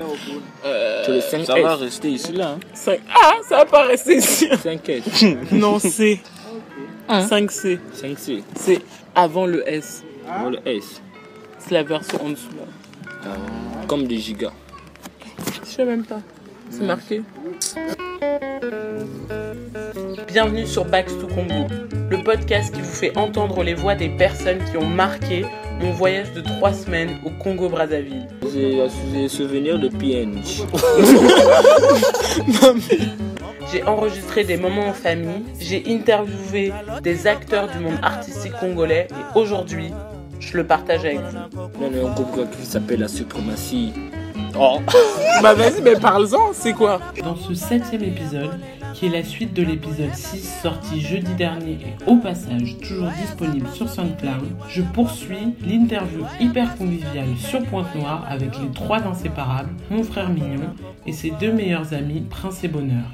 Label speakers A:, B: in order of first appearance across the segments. A: Sur
B: Euh,
A: le 5
C: Ça va rester ici là. hein.
A: 5... Ah, ça va pas rester ici.
C: 5 S,
A: Non, C. 5C.
C: 5 C,
A: C'est avant le S.
B: Hein?
C: avant le S.
A: C'est la version en dessous là.
C: Comme des gigas.
A: Je sais même pas. C'est marqué. Bienvenue sur Backs to Congo, le podcast qui vous fait entendre les voix des personnes qui ont marqué mon voyage de trois semaines au Congo-Brazzaville.
C: J'ai des souvenirs de PNJ.
A: J'ai enregistré des moments en famille, j'ai interviewé des acteurs du monde artistique congolais et aujourd'hui, je le partage avec vous.
C: On a un groupe qui s'appelle La Suprématie.
A: Bah vas-y, mais parle-en, c'est quoi Dans ce septième épisode, qui est la suite de l'épisode 6 sorti jeudi dernier et au passage toujours disponible sur SoundCloud, je poursuis l'interview hyper conviviale sur Pointe Noire avec les trois inséparables, mon frère Mignon et ses deux meilleurs amis, Prince et Bonheur.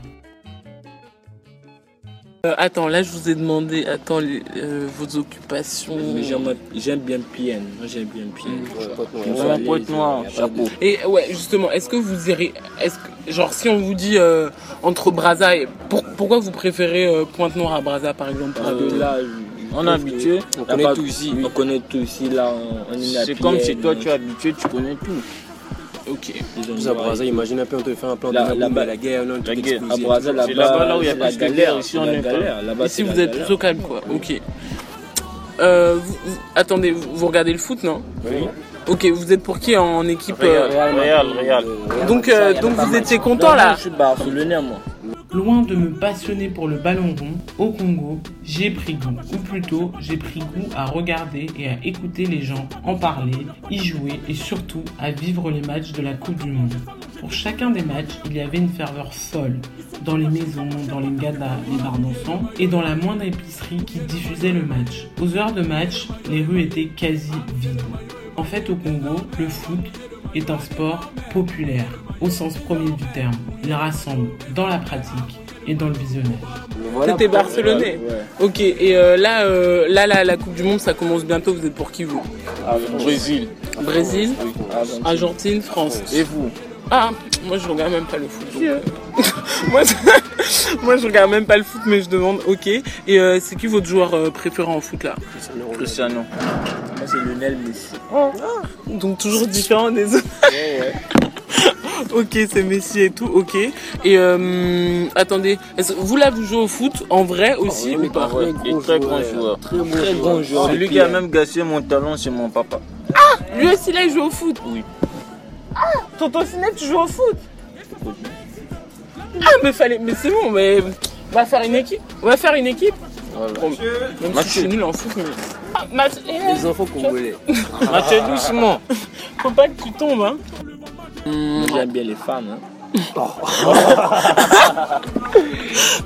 A: Euh, attends, là je vous ai demandé, attends, euh, vos occupations.
C: Mais j'aime j'aime bien PN. Moi j'aime bien
B: Mm,
C: PN.
B: Voilà, poète noir, chapeau.
A: Et ouais, justement, est-ce que vous irez, est-ce que, genre, si on vous dit euh, entre Braza et pour- pourquoi vous préférez euh, Pointe Noire à Braza, par exemple pour
C: Parce que
A: Abdel
C: là, je-
B: Euh, On
C: je
B: est
C: trouve
B: habitué,
C: que-
B: on
C: y a
B: connaît
C: pas-
B: tout ici.
C: oui, On connaît tout ici. Là, on on est à
B: C'est comme
C: PN,
B: chez toi,
C: on-
B: tu es habitué, tu connais tout.
A: Ok.
C: les
D: Vous
C: endroits-
D: Braza, imagine un peu, on te fait un plan
C: Là-
D: de la,
C: là-bas-
D: la, la guerre, là, on te
B: la
D: fait
B: guerre.
D: exploser.
C: À Braza, là-bas,
B: là-bas, là où il y a
C: c'est la
B: plus de guerre,
C: galère.
B: ici,
C: c'est
B: on est
C: la
B: pas.
C: galère. Là-bas,
A: Ici,
C: bah, c'est la
A: vous êtes
C: galère.
A: plutôt calme, quoi. Ok. Euh, vous- vous- attendez, vous vous regardez le foot, non
D: Oui.
A: Ok, vous êtes pour qui en équipe euh,
B: Real, Real.
A: Donc, euh, donc vous étiez content
C: Non, moi,
A: là
C: Je suis barcelonais, moi.
A: Loin de me passionner pour le ballon rond, au Congo, j'ai pris goût, ou plutôt j'ai pris goût à regarder et à écouter les gens en parler, y jouer et surtout à vivre les matchs de la Coupe du Monde. Pour chacun des matchs, il y avait une ferveur folle, dans les maisons, dans les gadas, les bars dansants et dans la moindre épicerie qui diffusait le match. Aux heures de match, les rues étaient quasi vides. En fait, au Congo, le foot, est un sport populaire au sens premier du terme. Il rassemble dans la pratique et dans le visionnage. T'étais barcelonais. Ok, et euh, là, euh, là, là, la Coupe du Monde, ça commence bientôt. Vous êtes pour qui vous
B: Ah, Brésil.
A: Brésil,
C: Avant-
A: Argentine, France.
B: Et vous
A: Ah, moi je regarde même pas le foot. donc, euh, moi, je... moi, je regarde même pas le foot, mais je demande. Ok, et euh, c'est qui votre joueur euh, préféré en foot là
B: Cristiano.
C: Moi, c'est Lionel Messi.
A: Donc toujours différent des autres. ok, c'est Messi et tout, ok. Et euh, attendez, est-ce- vous là, vous jouez au foot en vrai aussi ou pas
B: Ouais, il est très grand joueur.
D: Très bon
C: Très bon joueur.
B: Celui qui a même gâché mon talent, c'est mon papa.
A: Lui aussi là, il joue au foot
B: Oui.
A: Ah, tonton Sinep, tu joues au foot Ah, mais fallait, mais c'est bon, mais on va faire une équipe. On va faire une équipe. Bon, même si je suis nul en foot, mais... Ah, match... eh,
D: Les enfants congolais.
B: Mathieu doucement.
A: faut pas que tu tombes, hein.
C: Moi, J'aime bien les femmes. hein.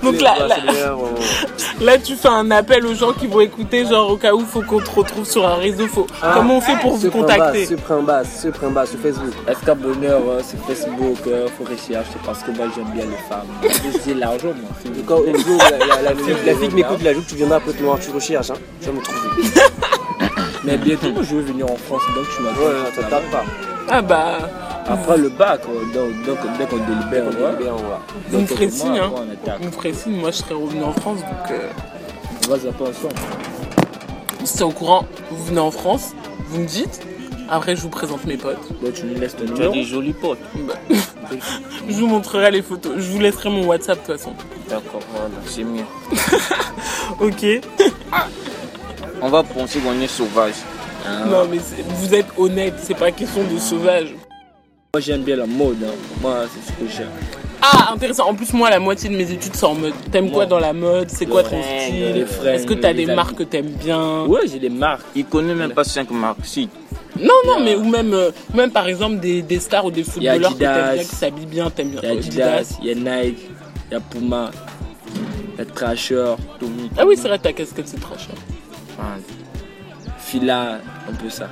A: Donc là, là,
D: euh,
A: là, tu fais un appel aux gens qui vont écouter, genre au cas où, faut qu'on te retrouve sur un réseau. Faut...
C: Ah.
A: Comment on fait pour vous contacter
D: Se prend bas, se prend bas sur Facebook.
C: Est-ce qu'à bonheur, euh, c'est Facebook, euh, faut rechercher parce que moi j'aime bien les femmes. Je dis l'argent, moi. c'est
D: Et
C: du-
D: Quand un jour, la, la, la, la fille qui m'écoute la joue, tu viendras après noir, tu recherches, hein. tu vas me trouver.
C: Mais bientôt, je vais venir en France, donc tu m'as
D: Ouais, ça tape pas.
A: Ah bah,
C: Après le bac, euh, donc, donc, dès qu'on délibère,
D: On
C: ouais.
D: est bien, on va.
A: vous me
C: Donc,
A: ferez
C: moi,
A: signe, hein.
C: moi, on attaque.
A: Vous me ferez signe, moi je serais revenu en France, donc euh,
C: On va zapper ensemble.
A: si c'est au courant, vous venez en France, vous me dites. Après, je vous présente mes potes.
C: Donc, tu nous laisses ton
B: Tu as
C: numéro.
B: des jolis potes.
A: Bah, je vous montrerai les photos. Je vous laisserai mon WhatsApp de toute façon.
B: D'accord, voilà, c'est mieux.
A: Ok.
B: On va penser qu'on est sauvage.
C: Ah.
A: Non, mais c'est- vous êtes honnête, c'est pas question de sauvage.
C: Moi j'aime bien la mode. hein. Moi, c'est ce que j'aime.
A: Ah, intéressant. En plus, moi, la moitié de mes études, c'est en mode. T'aimes quoi
C: Ouais.
A: dans la mode C'est quoi ton
C: fringue,
A: style
C: les fringues,
A: Est-ce que t'as
C: les
A: des
C: habits.
A: marques que t'aimes bien
C: Ouais, j'ai des marques.
B: Il connaît même pas 5 marques. Si,
A: Non, non, mais ou même, euh, ou même par exemple des, des stars ou des footballeurs que t'aimes
C: Adidas.
A: bien, qui s'habillent bien, t'aimes bien.
C: Il y a Adidas, il y a Nike, il y a Puma, il y a Trasher,
B: Tommy.
A: Ah oui, c'est vrai, ta casquette, c'est très cher.
B: Ah,
C: Fila, un peu ça.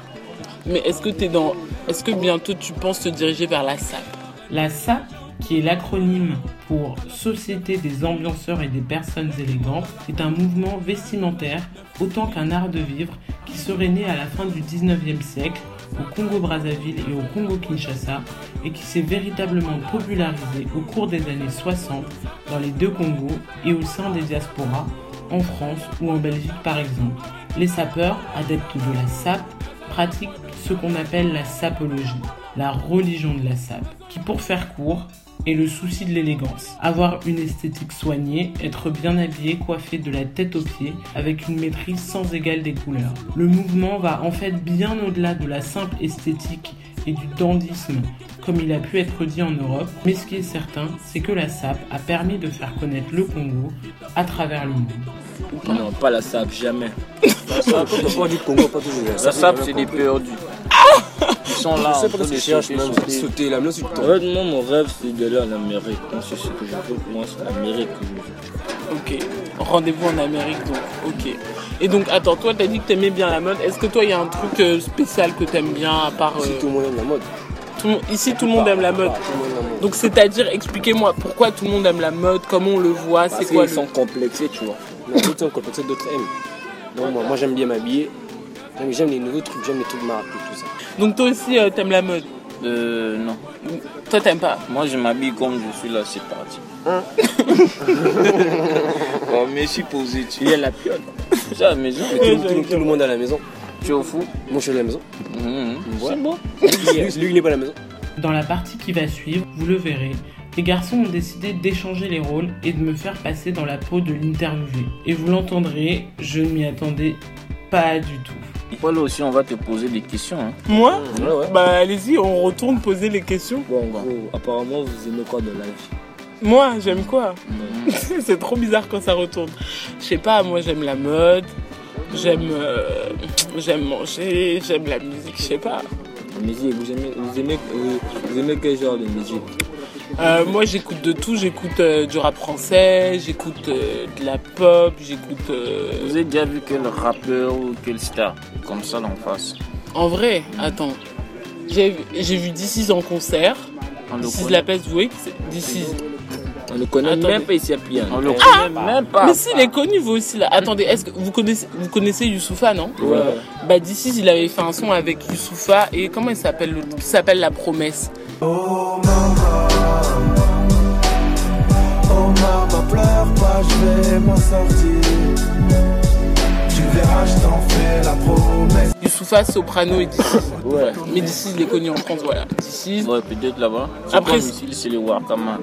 A: Mais est-ce que t'es dans. Est-ce que bientôt tu penses te diriger vers la SAP La SAP, qui est l'acronyme pour Société des ambianceurs et des personnes élégantes, est un mouvement vestimentaire autant qu'un art de vivre qui serait né à la fin du 19e siècle au Congo-Brazzaville et au Congo-Kinshasa et qui s'est véritablement popularisé au cours des années 60 dans les deux Congos et au sein des diasporas, en France ou en Belgique par exemple. Les sapeurs, adeptes de la sape, pratiquent ce qu'on appelle la sapologie, la religion de la sape, qui pour faire court est le souci de l'élégance. Avoir une esthétique soignée, être bien habillé, coiffé de la tête aux pieds, avec une maîtrise sans égale des couleurs. Le mouvement va en fait bien au-delà de la simple esthétique et du dandisme, comme il a pu être dit en Europe, mais ce qui est certain, c'est que la SAP a permis de faire connaître le Congo à travers le monde.
C: Non, pas la sable, jamais.
D: Pourquoi on dit Congo, pas toujours hein.
B: La sape, c'est des perdus. Ils sont là,
D: C'est
B: en
D: pas
B: train
D: parce que
B: de
D: je cherche
B: sauter,
D: même
B: sauter.
D: sauter la meuf, c'est le temps.
C: Honnêtement, mon rêve, c'est d'aller en Amérique. Moi, c'est ce que je veux. Moi, c'est l'Amérique que je veux.
E: Ok. Rendez-vous en Amérique donc. Ok. Et donc attends, toi t'as dit que t'aimais bien la mode. Est-ce que toi il y a un truc euh, spécial que t'aimes bien à part euh,
D: Si tout le monde aime la mode.
E: tout le monde- ici tout le monde aime la mode.
D: Tout le monde aime la mode.
E: Donc c'est-à-dire expliquez-moi pourquoi tout le monde aime la mode, comment on le voit, c'est
C: Parce
E: quoi
C: qu'ils
E: le...
C: sont complexés, tu vois.
D: Mais tout le temps, peut d'autres aiment. Donc moi, moi, j'aime bien m'habiller. J'aime- J'aime les nouveaux trucs, j'aime les trucs marques et tout ça.
E: Donc toi aussi euh, t'aimes la mode.
B: Euh, non.
E: Toi t'aimes pas.
B: Moi, je m'habille comme je suis là, c'est parti. oh, mais je suis posé, tu
C: Il y a la pionne.
B: es à la maison.
D: Mais tout, tout- tout le monde est à la maison.
B: Tu es au fou
D: Moi, je suis à la maison.
B: Mhm.
D: Voilà. Lui, lui, il n'est pas à la maison.
A: Dans la partie qui va suivre, vous le verrez, les garçons ont décidé d'échanger les rôles et de me faire passer dans la peau de l'interviewé. Et vous l'entendrez, je ne m'y attendais pas du tout.
B: Paul aussi, on va te poser des questions. hein.
E: Moi
D: Ouais, ouais.
E: Bah allez-y, on retourne poser les questions.
C: Bon, gros, apparemment, vous aimez quoi de la vie
E: Moi j'aime quoi
B: Mhm.
E: C'est trop bizarre quand ça retourne. Je sais pas, moi j'aime la mode, j'aime euh, j'aime manger, j'aime la musique, je sais pas.
C: La musique, vous aimez, vous aimez, vous, vous aimez quel genre de musique
E: Euh, moi j'écoute de tout, j'écoute euh, du rap français, j'écoute euh, de la pop, j'écoute... euh,
B: Vous avez déjà vu quel rappeur ou quel star comme ça l'en face
E: En vrai, attends, j'ai j'ai vu DC's en concert,
B: On le
E: DC's
B: connaît,
E: La Peste, vous voyez que c'est DC's...
C: On ne connaît
E: Attendez.
C: même pas ici à Pian.
B: on le connaît même pas.
E: Mais si, il est connu, vous aussi, là. Attendez, est-ce que vous connaissez, vous connaissez Youssoufa, non
C: Ouais.
E: Bah DC's, il avait fait un son avec Youssoufa, et comment il s'appelle l'autre Il s'appelle La Promesse.
F: Oh maman, oh maman, pleure pas, je vais m'en sortir. Tu verras, je t'en fais la promesse.
E: Youssoufa, Soprano et DC's.
B: Ouais,
E: Mais DC's, il est connu en France, voilà. DC's,
B: Ouais, peut-être là-bas.
E: Après-
B: Après, c'est les Wakaman.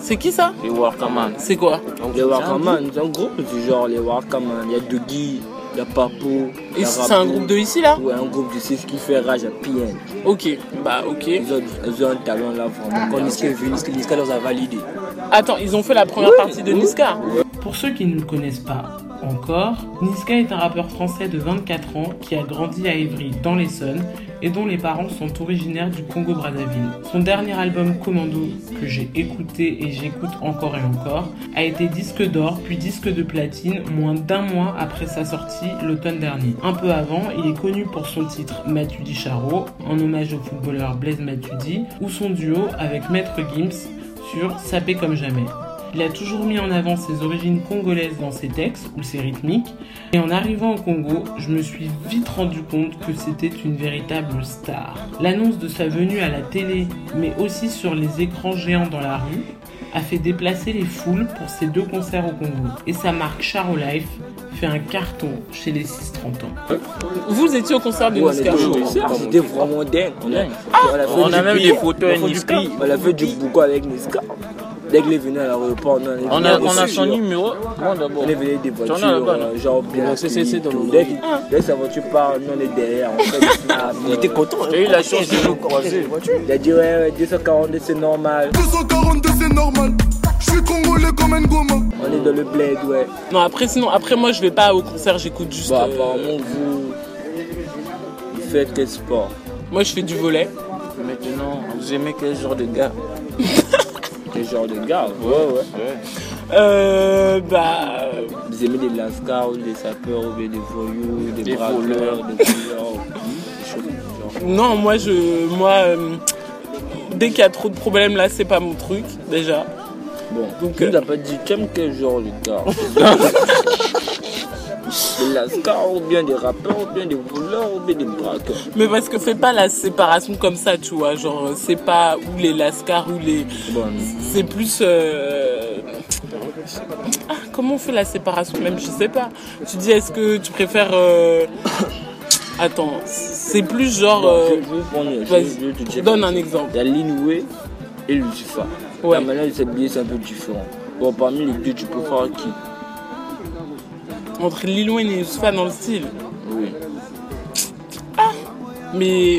E: c'est qui ça
B: Les Wakaman.
E: C'est quoi
C: Les Wakaman, c'est un groupe du genre, les Wakaman. Il y a Dougie, il y a Papo. il y
E: Et
C: a
E: c'est un
C: Rapo.
E: groupe de ici, là
C: Ouais, un groupe de 6 qui fait rage à Pian.
E: Ok, bah ok.
C: Ils ont, ils ont un talent là vraiment.
D: Quand
C: Quand
D: Niska est venu, Niska- Niska leur a validé.
E: Attends, ils ont fait la première partie de Niska
A: Pour ceux qui ne le connaissent pas encore, Niska est un rappeur français de 24 ans qui a grandi à Évry, dans l'Essonne, et dont les parents sont originaires du Congo-Brazzaville. Son dernier album Commando, que j'ai écouté et j'écoute encore et encore, a été disque d'or puis disque de platine moins d'un mois après sa sortie l'automne dernier. Un peu avant, il est connu pour son titre Matudi Charo, en hommage au footballeur Blaise Matudi, ou son duo avec Maître Gims sur Sapé comme jamais. Il a toujours mis en avant ses origines congolaises dans ses textes ou ses rythmiques. Et en arrivant au Congo, je me suis vite rendu compte que c'était une véritable star. L'annonce de sa venue à la télé, mais aussi sur les écrans géants dans la rue, a fait déplacer les foules pour ses deux concerts au Congo. Et sa marque Charo Life fait un carton chez les 6-30 ans.
E: Vous étiez au concert de
C: on est
E: Niska
C: toujours
D: ici,
C: ah,
D: hein.
C: C'était vraiment dingue. On a, on a fait
B: On
C: du
B: a même
C: prix.
B: des photos
C: On a
B: avec
C: fait du
B: Niska.
C: prix. On a fait du bouquet avec Niska. Dès qu'il est venu à l'aéroport, on a,
B: On a,
C: reçu,
B: on a son
C: genre.
B: numéro. Bon, d'abord.
C: On est venu des
B: as
C: voitures,
B: là-bas,
C: euh, genre bien.
D: Non, c'est- c'est- c'est dans le-
C: Dès qu'il- dès que sa voiture part, nous on est derrière. On fait des snaps.
D: Il était content. hein.
B: J'ai eu la chance de nous croiser.
C: Il a dit ouais, ouais, 242 c'est normal.
F: 242, c'est normal. Je suis congolais comme un goma.
C: On est dans le bled, ouais.
E: Non, après, sinon, après, moi, je vais pas au concert, j'écoute juste.
C: Bon,
E: euh,
C: apparemment, vous. Vous faites quel sport
E: moi, je fais du volet.
B: Maintenant, vous aimez quel genre de gars
C: Quel genre de gars Ouais, ouais.
E: Euh. Bah. euh,
C: Vous aimez des lascars ou des sapeurs ou bien des voyous, des,
B: Des
C: braqueurs,
B: voleurs.
C: des voleurs. des choses du genre.
E: Non, moi, je. Moi. euh, dès qu'il y a trop de problèmes, là, c'est pas mon truc, déjà.
C: Bon,
E: Donc,
C: tu
E: euh,
C: nous as pas dit, tu aimes quel genre de gars des lascars, ou bien des rappeurs, ou bien des voleurs, ou bien des braqueurs.
A: Mais parce que fais pas la séparation comme ça, tu vois. Genre, euh, c'est pas ou les lascars ou les.
C: Bon,
A: C'est plus. euh, Ah, comment on fait la séparation Même, je sais pas. Tu dis, est-ce que tu préfères. euh, Attends, c'est plus genre.
C: bon,
A: euh,
C: je, je vais prendre- je-
A: vas-y,
C: je vais te dire-
A: donne un exemple.
C: Il y a Linoué et Lucifer.
A: Ouais.
C: La manière de s'habiller, c'est un peu différent. Bon, parmi les deux, tu préfères qui
A: Entre Lilou et Neyusufa dans le style.
C: Oui.
A: Mais.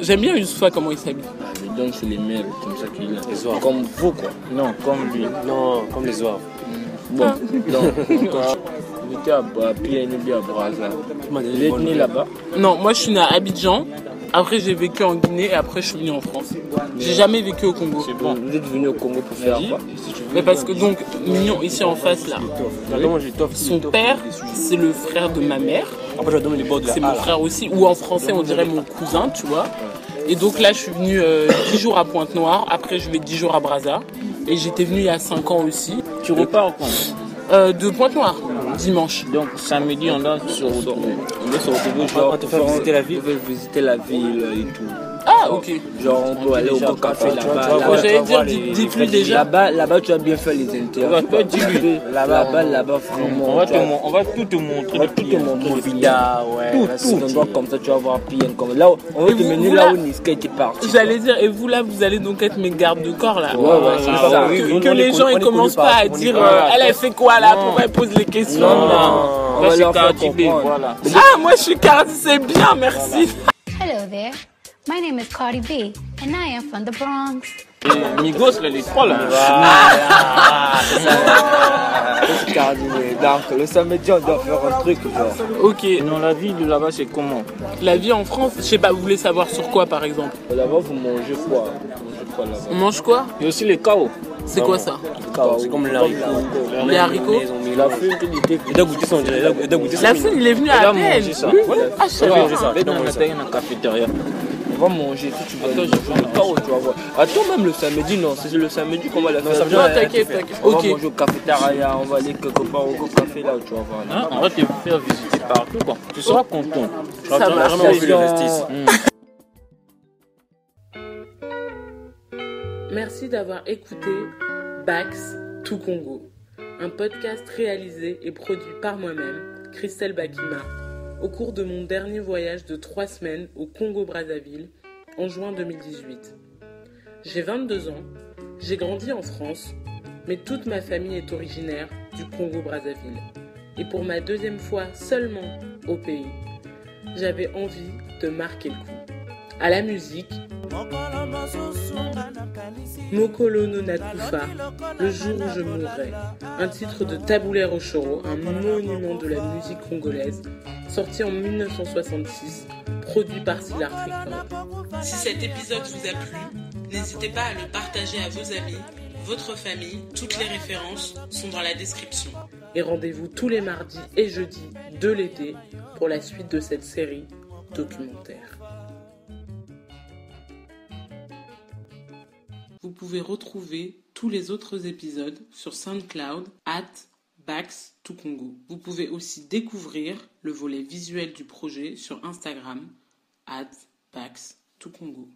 A: J'aime bien Youssoufa comment il s'habille.
C: Ah, mais donc, c'est les mecs comme ça qu'il est.
D: Les oies.
C: Comme vous, quoi. Non, comme lui.
D: Non, comme les oies.
A: Ah
C: Bon, donc, quand j'étais à Ba- PNB à Brazza, il est né là-bas.
A: Non, moi je suis né à Abidjan. Après j'ai vécu en Guinée et après je suis venu en France. J'ai jamais vécu au Congo.
C: Bon, vous êtes venu au Congo pour faire quoi
A: Mais parce que donc Mignon ici en face là,
D: Comment je t'offre
A: son père c'est le frère de ma mère,
D: Après, je vais donner les bords de la
A: c'est mon
D: halle.
A: frère aussi, ou en français on dirait mon cousin, tu vois. Et donc là je suis venu euh, 10 jours à Pointe-Noire, après je vais 10 jours à Brazza. Et j'étais venu il y a 5 ans aussi,
C: Tu repars au Congo.
A: Euh, de Pointe-Noire, dimanche.
C: Donc samedi, on doit se retrouver. On doit se retrouver genre.
D: On va te faire visiter la ville.
C: On va visiter la ville et tout.
A: Ah ok.
C: Genre, on peut aller au
D: déjà
C: Beau café
D: parti, tu vois,
C: là-bas.
D: tu vas
C: là-bas.
D: voir,
A: J'allais
D: tu vas
A: dire,
D: voir les-
A: dites- dites-lui déjà.
B: Là-bas, là-bas, tu as bien fait les
C: Ouais,
B: interviews.
C: toi, dis-lui.
B: Là-bas, là-bas, là-bas, vraiment.
C: On va, te
B: tu as-
C: mon- on va tout te montrer.
B: On va
C: le
B: tout te
C: pays.
B: montrer. Vida, ouais. Là, c'est un endroit comme ça, tu vas voir PN comme là. On va
A: Et
B: te
A: vous-
B: mener
A: vous
B: là
A: là-
B: où Niska était parti.
A: J'allais dire, et vous là, vous allez donc être mes gardes de corps là.
B: Ouais, ouais, c'est
C: Ah
A: Que-
B: ça.
A: que,
D: oui, oui, on
A: les
D: est
A: gens
D: connu- on
A: ils
D: est
A: commencent
D: connu
A: pas
D: par-
A: à
D: on est
A: dire,
D: connu
A: euh,
D: par-
A: elle, elle fait quoi là Pourquoi elle pose les questions là
C: On
B: va
C: va c'est
B: leur faire
C: Cardi B,
B: comprendre.
C: voilà.
A: Ah, moi je suis Cardi, c'est bien, merci.
G: Hello there. My name is Cardi B, and I am from the Bronx.
C: Et Migos, là, les trois là.
B: Cardiné. Donc, le samedi, on doit faire un truc, genre.
A: Ok,
C: Et non, la ville de là-bas, c'est comment
A: la vie en France, je sais pas, vous voulez savoir sur quoi par exemple
C: Là-bas, vous mangez quoi Vous mangez quoi là-bas
A: On mange quoi
C: Il y a aussi les chaos.
A: C'est quoi ça
D: C'est comme les haricots.
A: Les haricots
C: La feuille qu'il était.
D: Il doit goûter ça, on dirait. Il doit- Il doit goûter ça.
A: La fille, il est venu à peine.
C: manger ça.
A: Oui, Ah, je sais
C: On
A: pas.
C: va dans la taille, dans la cafétéria.
B: On va manger, si tu veux. Attends, je vais pas où tu vas voir. Attends, même le samedi, non. C'est le samedi qu'on va la faire.
A: Non, t'inquiète, t'inquiète.
B: On va
A: Ok.
B: manger au cafétéria, on va aller quelque part au café là où tu vas voir. là.
C: Hein, On va te faire visiter partout quoi. Tu seras content. Tu vas
A: Ça
C: vraiment
A: marche.
C: envie de
B: Station.
C: rester ici.
A: Merci d'avoir écouté Bax to Congo, un podcast réalisé et produit par moi-même, Christelle Bakima, au cours de mon dernier voyage de trois semaines au Congo-Brazzaville en juin 2018. J'ai 22 ans, j'ai grandi en France, mais toute ma famille est originaire du Congo-Brazzaville. Et pour ma deuxième fois seulement au pays, j'avais envie de marquer le coup. À la musique, Mokolo no Nakufa, Le jour où je mourrai, un titre de Taboulé Rochoro, un monument de la musique congolaise, sorti en 1966, produit par Silar Africa. Si cet épisode vous a plu, n'hésitez pas à le partager à vos amis, votre famille, toutes les références sont dans la description. Et rendez-vous tous les mardis et jeudis de l'été pour la suite de cette série documentaire. Vous pouvez retrouver tous les autres épisodes sur SoundCloud at Bax to Congo. Vous pouvez aussi découvrir le volet visuel du projet sur Instagram at Bax to Congo.